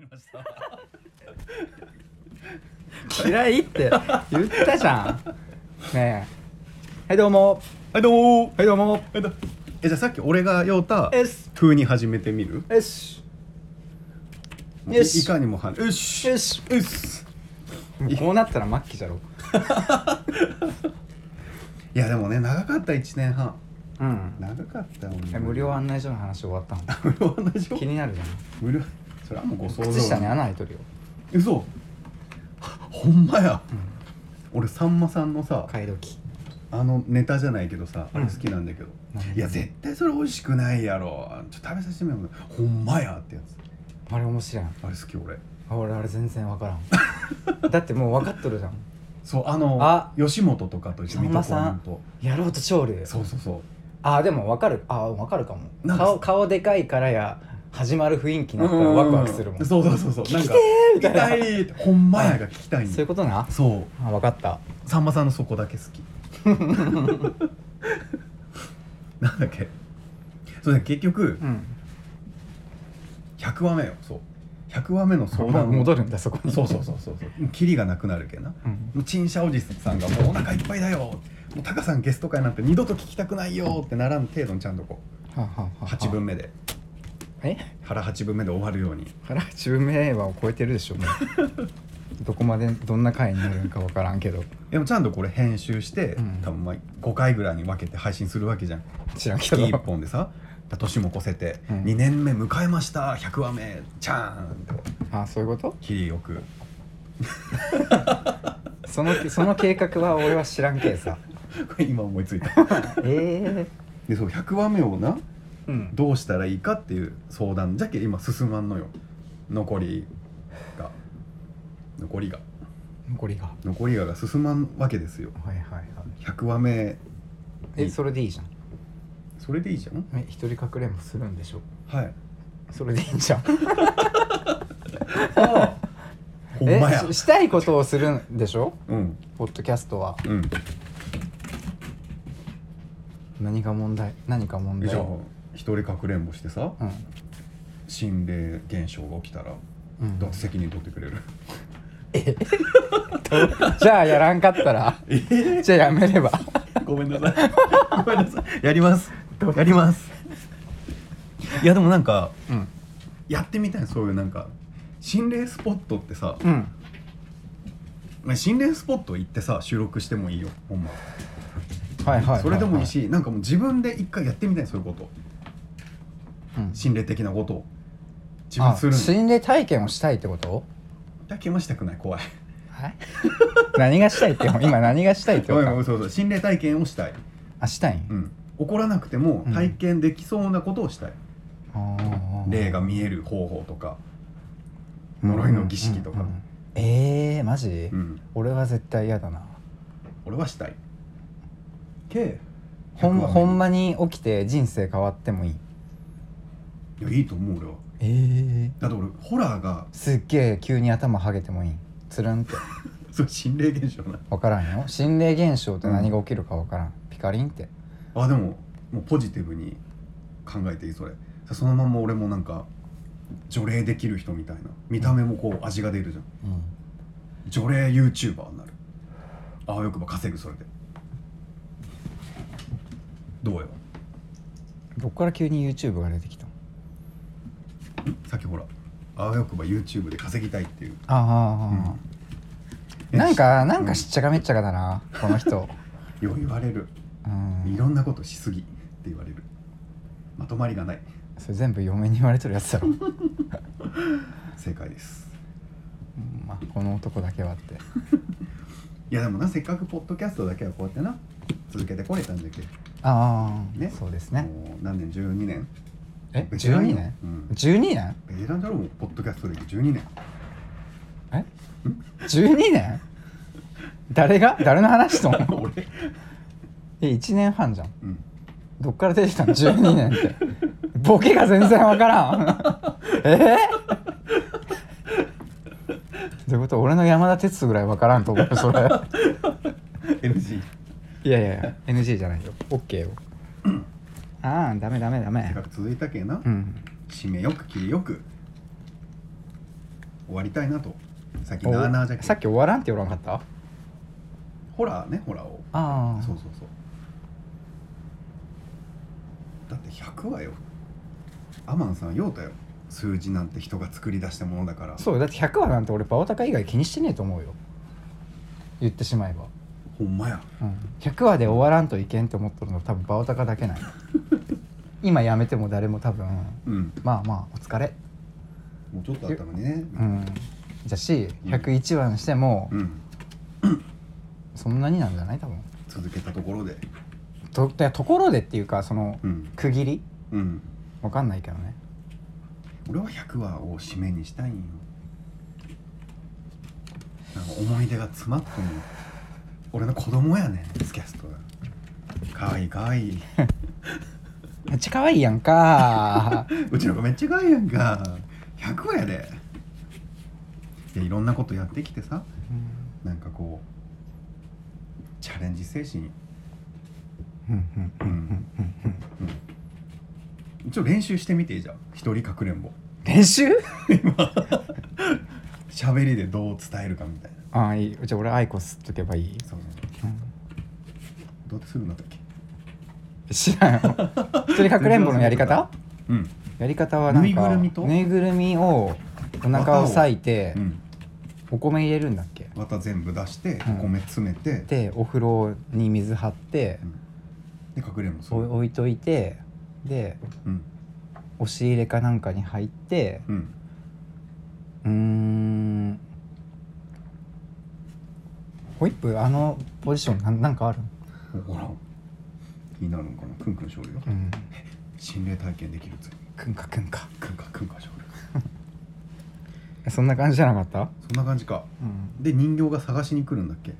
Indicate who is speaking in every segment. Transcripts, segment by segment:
Speaker 1: りました。
Speaker 2: 嫌いって言ったじゃんねえはいどうも
Speaker 3: はいどうも
Speaker 2: はいどうも
Speaker 3: えっとえじゃあさっき俺が陽太
Speaker 2: よし
Speaker 3: 風に始めてみる
Speaker 2: よし
Speaker 3: い
Speaker 2: よし
Speaker 3: いかにもはよし
Speaker 2: よし
Speaker 3: よし
Speaker 2: もうこうなったら末期じゃろ
Speaker 3: いやでもね長かった一年半
Speaker 2: うん
Speaker 3: 長かったよ
Speaker 2: え無料案内所の話終わったの
Speaker 3: 無料案内所
Speaker 2: 気になるじゃん
Speaker 3: 無料それはもうご想像
Speaker 2: 靴下に穴開いとるよ
Speaker 3: 嘘ほんまや、俺さんまさんのさ
Speaker 2: 買い時
Speaker 3: あのネタじゃないけどさあれ
Speaker 2: うん
Speaker 3: 好きなんだけど、
Speaker 2: 何
Speaker 3: いや絶対それ美味しくないやろちょっと食べさせてみようほんまやってやつ
Speaker 2: あれ面白いな
Speaker 3: あれ好き俺
Speaker 2: あ俺あれ全然分 からんだってもう分かっとるじゃん
Speaker 3: そうあの
Speaker 2: あ
Speaker 3: 吉本とかと一緒
Speaker 2: さんまさん
Speaker 3: 水戸黄門と
Speaker 2: やろうと勝利
Speaker 3: そうそうそう
Speaker 2: あでも分かるあ分かるかも
Speaker 3: なんか
Speaker 2: 顔顔でかいからや始まる雰囲気になったらワクワクするもんそ
Speaker 3: そうそうそうそう
Speaker 2: 聞きてーみた
Speaker 3: ないん
Speaker 2: な
Speaker 3: か聞きたいってほんまやが聞きたいん
Speaker 2: ういう
Speaker 3: だ
Speaker 2: ことな
Speaker 3: そ
Speaker 2: あ分かった
Speaker 3: うさんまさんのそこだけ好きなんだっけそうね結局
Speaker 2: うん
Speaker 3: 100話目よそう100話目の相 談を
Speaker 2: 戻るんだそこに
Speaker 3: そうそうそうそうそうキリがなくなるけどな
Speaker 2: うん
Speaker 3: 陳謝おじさんがもうお腹いっぱいだよもうタカさんゲスト会なんて二度と聞きたくないよってならん程度にちゃんとこ
Speaker 2: はあはあはあ
Speaker 3: う8分目で
Speaker 2: え
Speaker 3: 腹8分目で終わるように
Speaker 2: 腹8分目は超えてるでしょも うどこまでどんな回になるんか分からんけど
Speaker 3: でもちゃんとこれ編集して、
Speaker 2: うん
Speaker 3: 多分まあ5回ぐらいに分けて配信するわけじゃん
Speaker 2: 知らんけ
Speaker 3: 月
Speaker 2: ど
Speaker 3: 1本でさ年も越せて、
Speaker 2: うん
Speaker 3: 2年目迎えました100話目チャーンって
Speaker 2: あそういうこと
Speaker 3: 切りよく
Speaker 2: そのその計画は俺は知らんけさ
Speaker 3: これ今思いつ いた
Speaker 2: ええ
Speaker 3: でそう100話目をな
Speaker 2: うん
Speaker 3: どうしたらいいかっていう相談じゃけ今進まんのよ残りが残りが
Speaker 2: 残りがは
Speaker 3: 残りがが進まんわけですよ
Speaker 2: いはいはい
Speaker 3: 100話目
Speaker 2: えそれでいいじゃん
Speaker 3: それでいいじゃん
Speaker 2: え一人隠れもするんでしょ
Speaker 3: はい
Speaker 2: それでいいんじゃん
Speaker 3: ほんまや
Speaker 2: えししたいことをするんでしょ
Speaker 3: うん
Speaker 2: ポッドキャストは
Speaker 3: うん
Speaker 2: 何が問題何か問題
Speaker 3: じゃあ一人かくれんぼしてさ
Speaker 2: うん
Speaker 3: 心霊現象が起きたら
Speaker 2: うん
Speaker 3: だって責任取ってくれる
Speaker 2: じゃあやらんかったらじゃあやめれば
Speaker 3: ごめんなさ いごめんなさいやりますやりますいやでもなんか
Speaker 2: うん
Speaker 3: やってみたいそういうなんか心霊スポットってさ、
Speaker 2: うん
Speaker 3: まあ心霊スポット行ってさ収録してもいいよほんま、
Speaker 2: はいはいはい、はい、
Speaker 3: それでもいいし、なんかもう自分で一回やってみたいそういうこと
Speaker 2: うん、
Speaker 3: 心霊的なことを自分する
Speaker 2: あ
Speaker 3: の
Speaker 2: 心霊体験をしたいってこと
Speaker 3: だけましたくない怖い
Speaker 2: はい 何がしたい って今何がしたいってこ
Speaker 3: ごめんごめん
Speaker 2: と
Speaker 3: そうそう心霊体験をしたい、
Speaker 2: あしたいん、
Speaker 3: うん、怒らなくても体験できそうなことをしたい、
Speaker 2: あー
Speaker 3: 霊が見える方法とか呪いの儀式とか、
Speaker 2: うんうんうんえー、マジ、
Speaker 3: うん、
Speaker 2: 俺は絶対嫌だな
Speaker 3: 俺はしたいけ
Speaker 2: ほん
Speaker 3: 100
Speaker 2: ほんまに起きて人生変わってもいい
Speaker 3: いやいいと思う俺は
Speaker 2: えー、
Speaker 3: だって俺ホラーが
Speaker 2: すっげえ急に頭はげてもいいつるんって
Speaker 3: そう心霊現象な
Speaker 2: 分からんよ心霊現象って何が起きるか分からん、ピカリンって
Speaker 3: あでももうポジティブに考えていいそれさそのまんま俺もなんか除霊できる人みたいな見た目もこう味が出るじゃん
Speaker 2: うん
Speaker 3: 除霊 YouTuber になるああよくば稼ぐそれでどうよ
Speaker 2: どっから急に YouTube が出てきたの
Speaker 3: さっきほらああよくば YouTube で稼ぎたいっていう
Speaker 2: ああ、
Speaker 3: うん
Speaker 2: なんかなん
Speaker 3: う
Speaker 2: か
Speaker 3: ん
Speaker 2: しっちゃかめっちゃかだな、この 人
Speaker 3: よう言われる
Speaker 2: う
Speaker 3: い
Speaker 2: ん
Speaker 3: ろんなことしすぎって言われるまとまりがない
Speaker 2: それ全部嫁に言われてるやつ だろ、うん
Speaker 3: 正解です
Speaker 2: まあ、この男だけはって
Speaker 3: いやでもなせっかくポッドキャストだけはこうやってな続けてこれたんだけど
Speaker 2: ああ、
Speaker 3: ね
Speaker 2: そうですね
Speaker 3: もう何年12年
Speaker 2: え
Speaker 3: ベテラン
Speaker 2: 12
Speaker 3: よ
Speaker 2: 年
Speaker 3: うん
Speaker 2: 12年
Speaker 3: ベテランだろもうポッドキャスト歴12年
Speaker 2: え12年誰が誰の話とんの
Speaker 3: 俺
Speaker 2: え1年半じゃん
Speaker 3: うん
Speaker 2: どっから出てきたの12年ってボケが全然わ からんえー、ということは俺の山田哲人ぐらいわからんと思うそれ
Speaker 3: NG
Speaker 2: いやいやいや NG じゃないよ OK よああダメダメダ
Speaker 3: せっ
Speaker 2: メ
Speaker 3: かく続いたけな、
Speaker 2: うん
Speaker 3: 締めよく切りよく終わりたいなとさっき
Speaker 2: お
Speaker 3: なあなあじゃけ
Speaker 2: さっ
Speaker 3: ん
Speaker 2: き終わらんって言わなかった
Speaker 3: ホラーねホラーを
Speaker 2: ああ
Speaker 3: そうそうそうだって100話よアマンさんようたよ数字なんて人が作り出したものだから
Speaker 2: そうだって100話なんて俺バオタカ以外気にしてねえと思うよ言ってしまえば、
Speaker 3: ほんまや
Speaker 2: うん、100話で終わらんといけんって思っとるの多分バオタカだけ ない今やめても誰も多分
Speaker 3: うん
Speaker 2: まあまあお疲れ
Speaker 3: もうちょっとあったのにね
Speaker 2: うんじゃし101話にしても
Speaker 3: うん、
Speaker 2: そんなになんじゃない多分
Speaker 3: 続けたところで
Speaker 2: とだところでっていうかその
Speaker 3: うん
Speaker 2: 区切り
Speaker 3: うん
Speaker 2: わかんないけどね
Speaker 3: 俺は100話を締めにしたいんよなんか思い出が詰まってんの俺の子供やねんスキャストがかわいいかわいい
Speaker 2: めっちゃ可愛いやんか
Speaker 3: うちの子めっちゃかわいいやんか100話やででいろんなことやってきてさなんかこうチャレンジ精神
Speaker 2: うんうんうんうんうんうん
Speaker 3: 一応練習してみてじゃん一人かくれんぼ
Speaker 2: 練習
Speaker 3: 喋りでどう伝えるかみたいな
Speaker 2: ああいいじゃあ俺アイコ吸っとけばいい、
Speaker 3: そうそう
Speaker 2: うん
Speaker 3: そうどうやってするんだったっけ
Speaker 2: 知らんよ一人かくれんぼのやり方
Speaker 3: うん
Speaker 2: やり方はなんか
Speaker 3: ぬいぐるみと
Speaker 2: ぬいぐるみをお腹を裂いて
Speaker 3: うん
Speaker 2: お米入れるんだっけ
Speaker 3: 綿全部出して
Speaker 2: うん
Speaker 3: お米詰めて、
Speaker 2: でお風呂に水張って
Speaker 3: うんでかくれんぼす
Speaker 2: お
Speaker 3: る
Speaker 2: 置いといてで
Speaker 3: うん
Speaker 2: 押し入れかなんかに入って
Speaker 3: うん
Speaker 2: うーんホイップあのポジションなんなんかある、
Speaker 3: ほら気になるのかなくんくん勝利が
Speaker 2: うん、
Speaker 3: 心霊体験できるつ
Speaker 2: くんかくんか
Speaker 3: くんかくんか勝利
Speaker 2: そんな感じじゃなかった、
Speaker 3: そんな感じか
Speaker 2: うん
Speaker 3: で人形が探しに来るんだっけ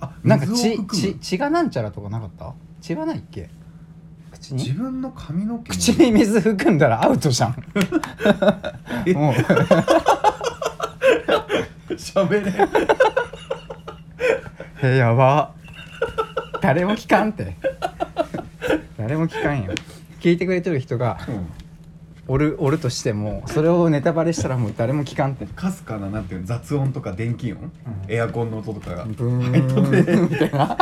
Speaker 3: あ
Speaker 2: なんか
Speaker 3: 水を
Speaker 2: 血
Speaker 3: 含む
Speaker 2: 血血がなんちゃらとかなかった血はないっけ口
Speaker 3: 自
Speaker 2: に
Speaker 3: 分の髪の毛
Speaker 2: 口に水含んだらアウトじゃん
Speaker 3: え
Speaker 2: もう
Speaker 3: 喋れ
Speaker 2: えやば誰も聞かんって誰も聞かんよ聞いてくれてる人がおるおるとしてもそれをネタバレしたらもう誰も聞かんって
Speaker 3: かすかななんていうの雑音とか電気音、
Speaker 2: ん
Speaker 3: エアコンの音とかが
Speaker 2: ブーンみたいな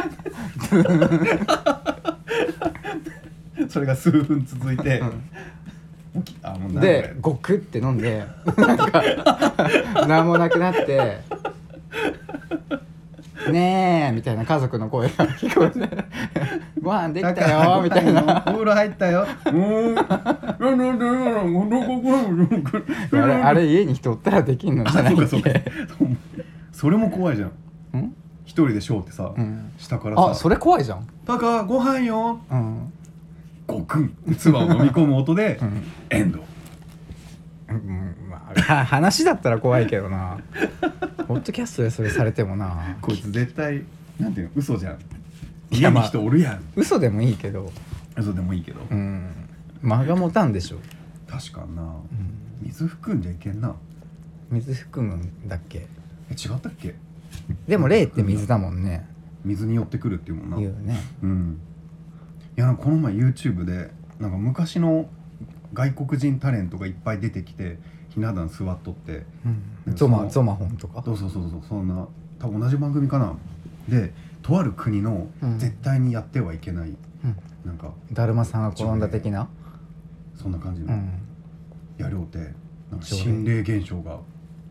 Speaker 3: それが数分続いて、
Speaker 2: うん
Speaker 3: 起きあもうなんだこ
Speaker 2: で
Speaker 3: れ
Speaker 2: ゴクって飲んでなんか何もなくなって「ねえ」みたいな家族の声が聞こえて「ご飯できたよ」みたいな
Speaker 3: お風呂入ったよ。うーん。
Speaker 2: あれあれ家に人おったらできんのじゃない
Speaker 3: そ
Speaker 2: っ
Speaker 3: うかそうか
Speaker 2: け。
Speaker 3: それも怖いじゃん。
Speaker 2: うん
Speaker 3: 一人でショーってさ、
Speaker 2: うん
Speaker 3: 下からさ。
Speaker 2: あそれ怖いじゃん
Speaker 3: タカご飯よ。
Speaker 2: うん、
Speaker 3: ゴクン。唾を飲み込む音で、エンド。
Speaker 2: うんまあ、は話だったら怖いけどなホットキャストでそれされてもな
Speaker 3: こいつ絶対なんていうの嘘じゃん。
Speaker 2: い
Speaker 3: 家
Speaker 2: や
Speaker 3: に
Speaker 2: まあ
Speaker 3: 人おるやん。
Speaker 2: 嘘でもいいけど
Speaker 3: 嘘でもいいけど。
Speaker 2: うん間が持たんでしょ、
Speaker 3: 確かにな。
Speaker 2: うん、
Speaker 3: 水含んじゃいけんな。
Speaker 2: 水含むんだっけ
Speaker 3: え違ったっけ？
Speaker 2: でも霊って水だもんね
Speaker 3: 水に寄ってくるっていうもんな。
Speaker 2: 言うね
Speaker 3: うん、いやなんかこの前 YouTube でなんか昔の外国人タレントがいっぱい出てきてひな壇座っとって
Speaker 2: うんゾマゾマホンとか
Speaker 3: そうそうそうそうそんな多分同じ番組かなでとある国の
Speaker 2: うん
Speaker 3: 絶対にやってはいけな
Speaker 2: う
Speaker 3: い、
Speaker 2: ん
Speaker 3: なんか
Speaker 2: だるまさんが転んだ的な
Speaker 3: そんな感じ
Speaker 2: う
Speaker 3: の
Speaker 2: ん
Speaker 3: やりょうてなんか
Speaker 2: 条例
Speaker 3: 心霊現象が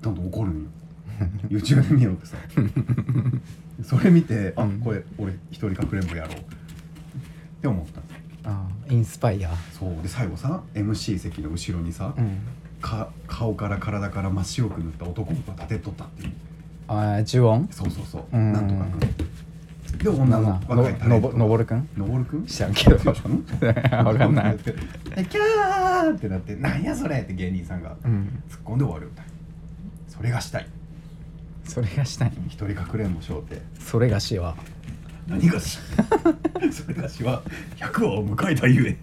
Speaker 3: どんどん起こるんよ YouTube で見ようっ てさそれ見てあ
Speaker 2: うん
Speaker 3: これ俺一人かくれんぼやろうって思った
Speaker 2: あーインスパイア
Speaker 3: そうで最後さ MC 席の後ろにさ、
Speaker 2: うん
Speaker 3: か顔から体から真っ白く塗った男の子が立てとったっていう
Speaker 2: あー呪音
Speaker 3: そうそうそう
Speaker 2: うん
Speaker 3: なんとかくんで女の若いタ
Speaker 2: の
Speaker 3: レント
Speaker 2: ぼのぼるくん
Speaker 3: のぼ るくん
Speaker 2: 知らんけど
Speaker 3: 剛君
Speaker 2: わかんない
Speaker 3: でキャーってなってなんやそれって芸人さんが
Speaker 2: うん
Speaker 3: 突っ込んで終わるみたいそれがしたい
Speaker 2: それがしたい
Speaker 3: 一人かくれんぼしようって
Speaker 2: それがしは
Speaker 3: 何がし それがしは100話を迎えたゆえ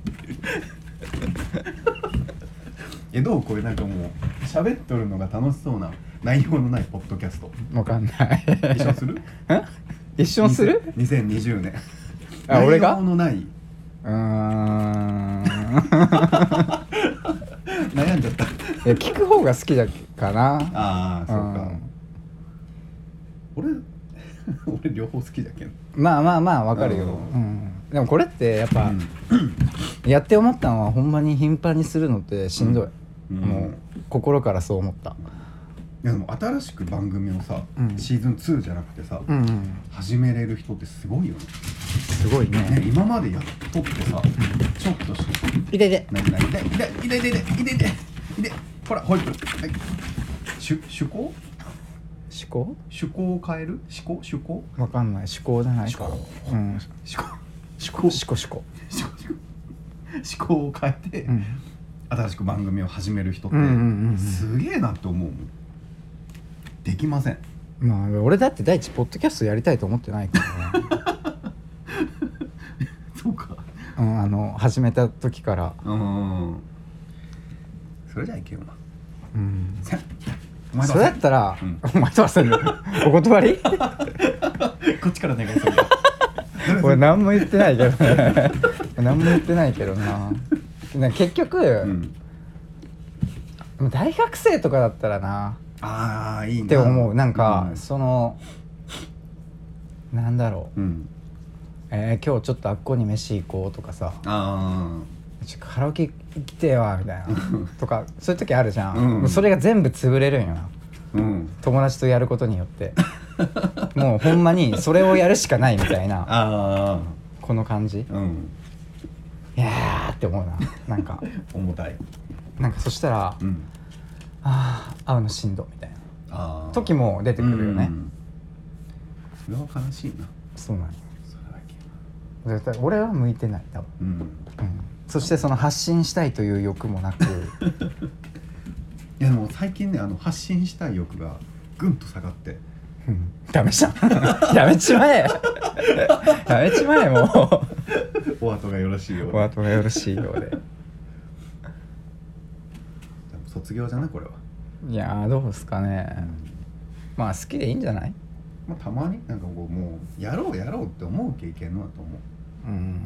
Speaker 3: えどうこれなんかもう喋っとるのが楽しそうな内容のないポッドキャスト
Speaker 2: わかんない
Speaker 3: 一緒に する
Speaker 2: 一緒にする
Speaker 3: ?2020 年
Speaker 2: あ俺が
Speaker 3: 内容のないう
Speaker 2: ーん
Speaker 3: 悩んじゃった
Speaker 2: いや聞く方が好きだかな
Speaker 3: ああそうか
Speaker 2: うん
Speaker 3: 俺 俺両方好きだけど
Speaker 2: まあまあまあわかるよ、
Speaker 3: う
Speaker 2: う
Speaker 3: ん
Speaker 2: んでもこれってやっぱ、
Speaker 3: うん
Speaker 2: やって思ったのはほんまに頻繁にするのってしんどい、
Speaker 3: うん
Speaker 2: もう心からそう思った
Speaker 3: いやでも新しく番組をさ、
Speaker 2: うん
Speaker 3: シーズン2じゃなくてさ、
Speaker 2: うん、うん、
Speaker 3: 始めれる人ってすごいよね
Speaker 2: すごい
Speaker 3: ね
Speaker 2: ね
Speaker 3: 今までやっとってさちょっとして
Speaker 2: いていて
Speaker 3: なになに痛い痛い痛い痛い痛い痛い痛い痛いほらホイップはい趣趣向
Speaker 2: 思考
Speaker 3: 趣向を変える思考趣向
Speaker 2: わかんない思考じゃないか
Speaker 3: 思
Speaker 2: うん
Speaker 3: 思考
Speaker 2: 思考思考思考
Speaker 3: 思考思考を変えて、
Speaker 2: うん
Speaker 3: 新しく番組を始める人って、
Speaker 2: うんうんうんうん
Speaker 3: すげえなって思うもんできません
Speaker 2: まあ俺だって第一ポッドキャストやりたいと思ってないからね、
Speaker 3: そうか
Speaker 2: うん、あの始めた時から
Speaker 3: うんそれじゃいけよな
Speaker 2: うん
Speaker 3: せんお前
Speaker 2: それだ
Speaker 3: だ
Speaker 2: ったら、
Speaker 3: うん
Speaker 2: お前とはせんのお断 り
Speaker 3: こっちから願いするよ
Speaker 2: 俺何も言ってないけどね 何も言ってないけどなな結局、
Speaker 3: うん
Speaker 2: 大学生とかだったらな
Speaker 3: ああいいな
Speaker 2: って思うなんか、
Speaker 3: うん
Speaker 2: そのなんだろう、
Speaker 3: うん、
Speaker 2: えー今日ちょっとあっこに飯行こうとかさ
Speaker 3: あ
Speaker 2: ちょっとカラオケ行きてえわみたいな とかそういう時あるじゃん、
Speaker 3: うん
Speaker 2: もうそれが全部潰れるんよな
Speaker 3: あうん
Speaker 2: 友達とやることによって もうほんまにそれをやるしかないみたいな
Speaker 3: あ
Speaker 2: この感じい
Speaker 3: あうん
Speaker 2: やーって思うななんか
Speaker 3: 重たい
Speaker 2: なんかそしたら
Speaker 3: うん
Speaker 2: ああ会うのしんどみたいな
Speaker 3: ああ
Speaker 2: 時も出てくるよね、
Speaker 3: うんそれは悲しいな
Speaker 2: そうなんよ
Speaker 3: それはいけ
Speaker 2: 絶対俺は向いてない多分
Speaker 3: ないうん
Speaker 2: うんそしてその発信したいという欲もな く
Speaker 3: いやでも最近ねあの発信したい欲がぐんと下が って
Speaker 2: うんダメじゃん やめちまえやめちまえも
Speaker 3: お後がよろしいよう
Speaker 2: う
Speaker 3: で
Speaker 2: お後がよろしいようで
Speaker 3: でも卒業じゃないこれは、
Speaker 2: いやーどうですかねまあ好きでいいんじゃない
Speaker 3: まあ、たまになんかこうもうやろうやろうって思う経験のだと思う、
Speaker 2: うん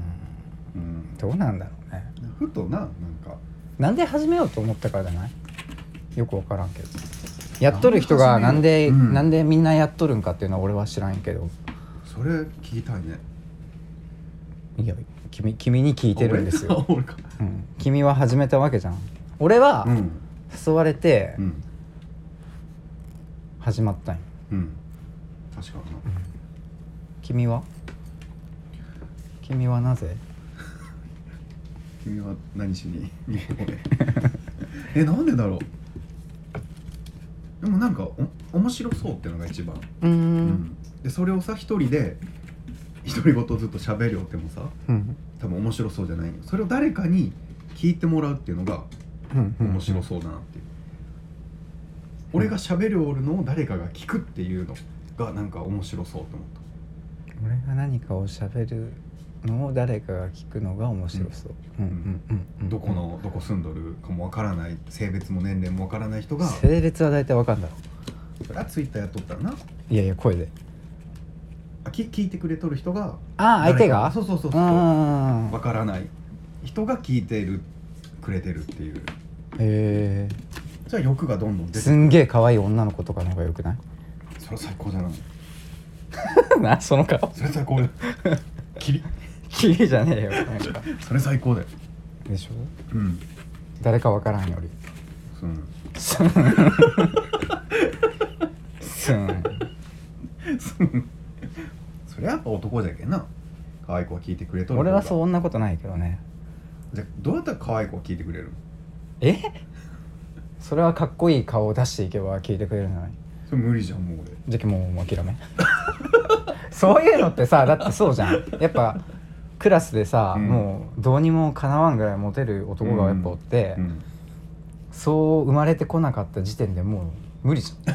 Speaker 3: うん、
Speaker 2: どうなんだろうね
Speaker 3: ふとななんか
Speaker 2: なんで始めようと思ったからじゃないよく分からんけどやっとる人がなんで、
Speaker 3: うん
Speaker 2: なんでみんなやっとるんかっていうのは俺は知らんけど
Speaker 3: それ聞きたいね
Speaker 2: いや君君に聞いてるんです よ、
Speaker 3: 俺俺か
Speaker 2: うん、君は始めたわけじゃん俺は
Speaker 3: うん
Speaker 2: 誘われて
Speaker 3: うん
Speaker 2: 始まったんよ
Speaker 3: うん確かにな
Speaker 2: 君は君はなぜ
Speaker 3: 君は何しに 日本へえなんでだろうでもなんかお面白そうっていうのが一番、
Speaker 2: うー
Speaker 3: うんでそれをさ一人で独り言ずっと喋るよってもさ
Speaker 2: うん
Speaker 3: 多分面白そうじゃないよそれを誰かに聞いてもらうっていうのが
Speaker 2: うん
Speaker 3: 面白そうだなっていう、俺が喋るおるのを誰かが聞くっていうのがなんか面白そうと思った
Speaker 2: 俺が何かを喋るのを誰かが聞くのが面白そう、うんうんうんうん、
Speaker 3: どこのどこ住んどるかもわからない性別も年齢もわからない人がそ
Speaker 2: 性別は大体わかんだろ
Speaker 3: れはツイッターやっとったらな
Speaker 2: ういやいや声で
Speaker 3: あき聞いてくれとる人が
Speaker 2: ああ相手
Speaker 3: 誰
Speaker 2: が
Speaker 3: かそうそうそう
Speaker 2: う
Speaker 3: そ
Speaker 2: んう
Speaker 3: うん
Speaker 2: うん
Speaker 3: わからない人が聞いてるくれてるっていう
Speaker 2: へえ
Speaker 3: じゃあ欲がどんどん出て
Speaker 2: すんげえ可愛い女の子とかの方がよくない
Speaker 3: それ最高じゃない
Speaker 2: なその顔
Speaker 3: それ 最高だキリ
Speaker 2: 綺麗じゃねえよなんか
Speaker 3: それ最高だよ
Speaker 2: でしょ
Speaker 3: うん
Speaker 2: 誰かわからんより
Speaker 3: その
Speaker 2: すんすん
Speaker 3: そりゃやっぱ男じゃけんな可愛い子は聞いてくれとる
Speaker 2: 俺はそ
Speaker 3: うん
Speaker 2: なことないけどね
Speaker 3: じゃあどうやったら可愛い子は聞いてくれるの
Speaker 2: えそれはかっこいい顔を出していけば聞いてくれるのに
Speaker 3: それ無理じゃんもう俺
Speaker 2: じゃあもうもう諦め そういうのってさだってそうじゃんやっぱクラスでさ、
Speaker 3: うん
Speaker 2: もうどうにもかなわんぐらいモテる男がやっぱおって、
Speaker 3: うん
Speaker 2: そう生まれてこなかった時点でもう無理じゃ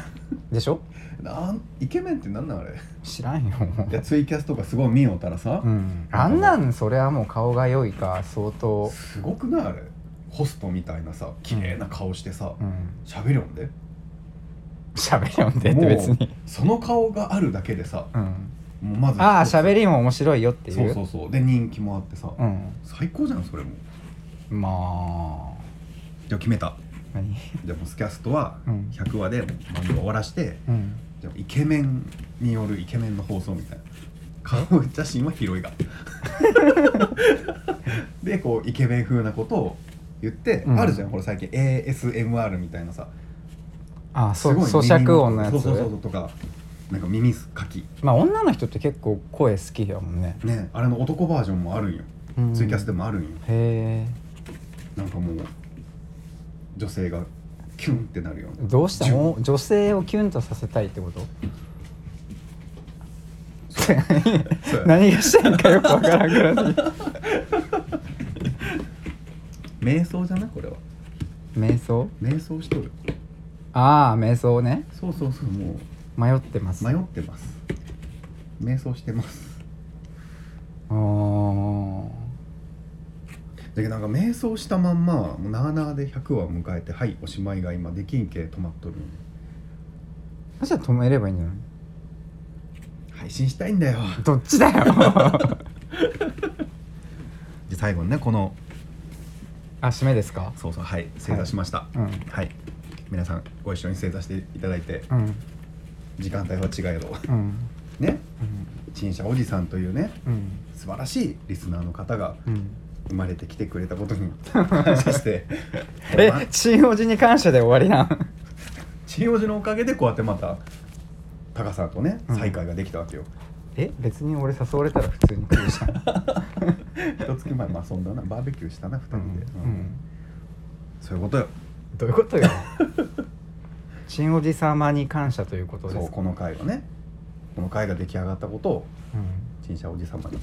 Speaker 2: ん でしょ
Speaker 3: なんイケメンってなんなんあれ
Speaker 2: 知らんよも
Speaker 3: いやツイキャスとかすごい見よったらさ、
Speaker 2: う、うん、あんなんそれはもう顔が良いか相当、
Speaker 3: すごくないあれホストみたいなさ綺麗な顔してさ
Speaker 2: うん、
Speaker 3: 喋りょんで
Speaker 2: 喋りんでって別
Speaker 3: も
Speaker 2: に、
Speaker 3: うその顔があるだけでさ
Speaker 2: うん、
Speaker 3: もうまず
Speaker 2: ああ喋
Speaker 3: り
Speaker 2: りも面白いよっていう
Speaker 3: そうそうそうで人気もあってさ、
Speaker 2: うん
Speaker 3: 最高じゃんそれも
Speaker 2: まあ
Speaker 3: じゃあ決めた
Speaker 2: 何
Speaker 3: じゃあもうスキャストは
Speaker 2: うん
Speaker 3: 100話でもう漫画終わらして、
Speaker 2: うん
Speaker 3: じゃあイケメンによるイケメンの放送みたいな顔写真は広いが でこうイケメン風なことを言って、
Speaker 2: うん
Speaker 3: あるじゃんこれ最近 ASMR みたいなさ
Speaker 2: ああそ
Speaker 3: す
Speaker 2: う
Speaker 3: ごい
Speaker 2: 咀嚼音のやつ
Speaker 3: そうそうそうそうとかなんか耳かき
Speaker 2: まあ女の人って結構声好きだもんね、
Speaker 3: ねあれの男バージョンもあるんよ
Speaker 2: うん
Speaker 3: ツイキャスでもあるんよ、
Speaker 2: へえ
Speaker 3: なんかもう女性がキュンってなるような
Speaker 2: どうした
Speaker 3: じゅん
Speaker 2: もう女性をキュンとさせたいってこと
Speaker 3: そうや
Speaker 2: 何がしたいんかよくわからんくら い
Speaker 3: 瞑想じゃないこれは
Speaker 2: 瞑想
Speaker 3: 瞑想しとる
Speaker 2: ああ瞑想ね
Speaker 3: そうそうそうもう
Speaker 2: 迷ってます
Speaker 3: 迷ってます瞑想してます
Speaker 2: おー
Speaker 3: だけどなんか瞑想したまんまもうなあなあで100話迎えてはいおしまいが今できんけ止まっとるんよね
Speaker 2: そしたら止めればいいんじゃない
Speaker 3: 配信したいんだよ
Speaker 2: どっち だよ
Speaker 3: で最後にねこの
Speaker 2: あ締めですか
Speaker 3: そうそうはい正座しましたは
Speaker 2: う
Speaker 3: い、
Speaker 2: ん
Speaker 3: 皆さんご一緒に正座していただいて
Speaker 2: うん
Speaker 3: 時間帯は違えど
Speaker 2: うん
Speaker 3: ね
Speaker 2: うん
Speaker 3: 陳謝おじさんというね
Speaker 2: うん
Speaker 3: 素晴らしいリスナーの方が
Speaker 2: うん
Speaker 3: 生まれてきてくれたことに 感謝 して
Speaker 2: えチンおじに感謝で終わりなん
Speaker 3: チンおじのおかげでこうやってまた高さんとね
Speaker 2: うん
Speaker 3: 再会ができたわけよ、
Speaker 2: え別に俺誘われたら普通に来るじゃん
Speaker 3: 一月前も遊んだなバーベキューしたな2人
Speaker 2: う
Speaker 3: で、
Speaker 2: ん
Speaker 3: うんそういうことよ
Speaker 2: どういう ことよチンおじ様に感謝ということです
Speaker 3: そうこの回はねこの回が出来上がったことを陳謝おじ様に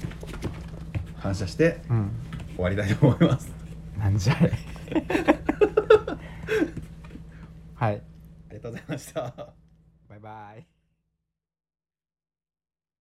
Speaker 3: 感謝して
Speaker 2: うん、うん、
Speaker 3: 終わりたいと思います
Speaker 2: なんじゃ いはい
Speaker 3: ありがとうございました
Speaker 2: バイバイ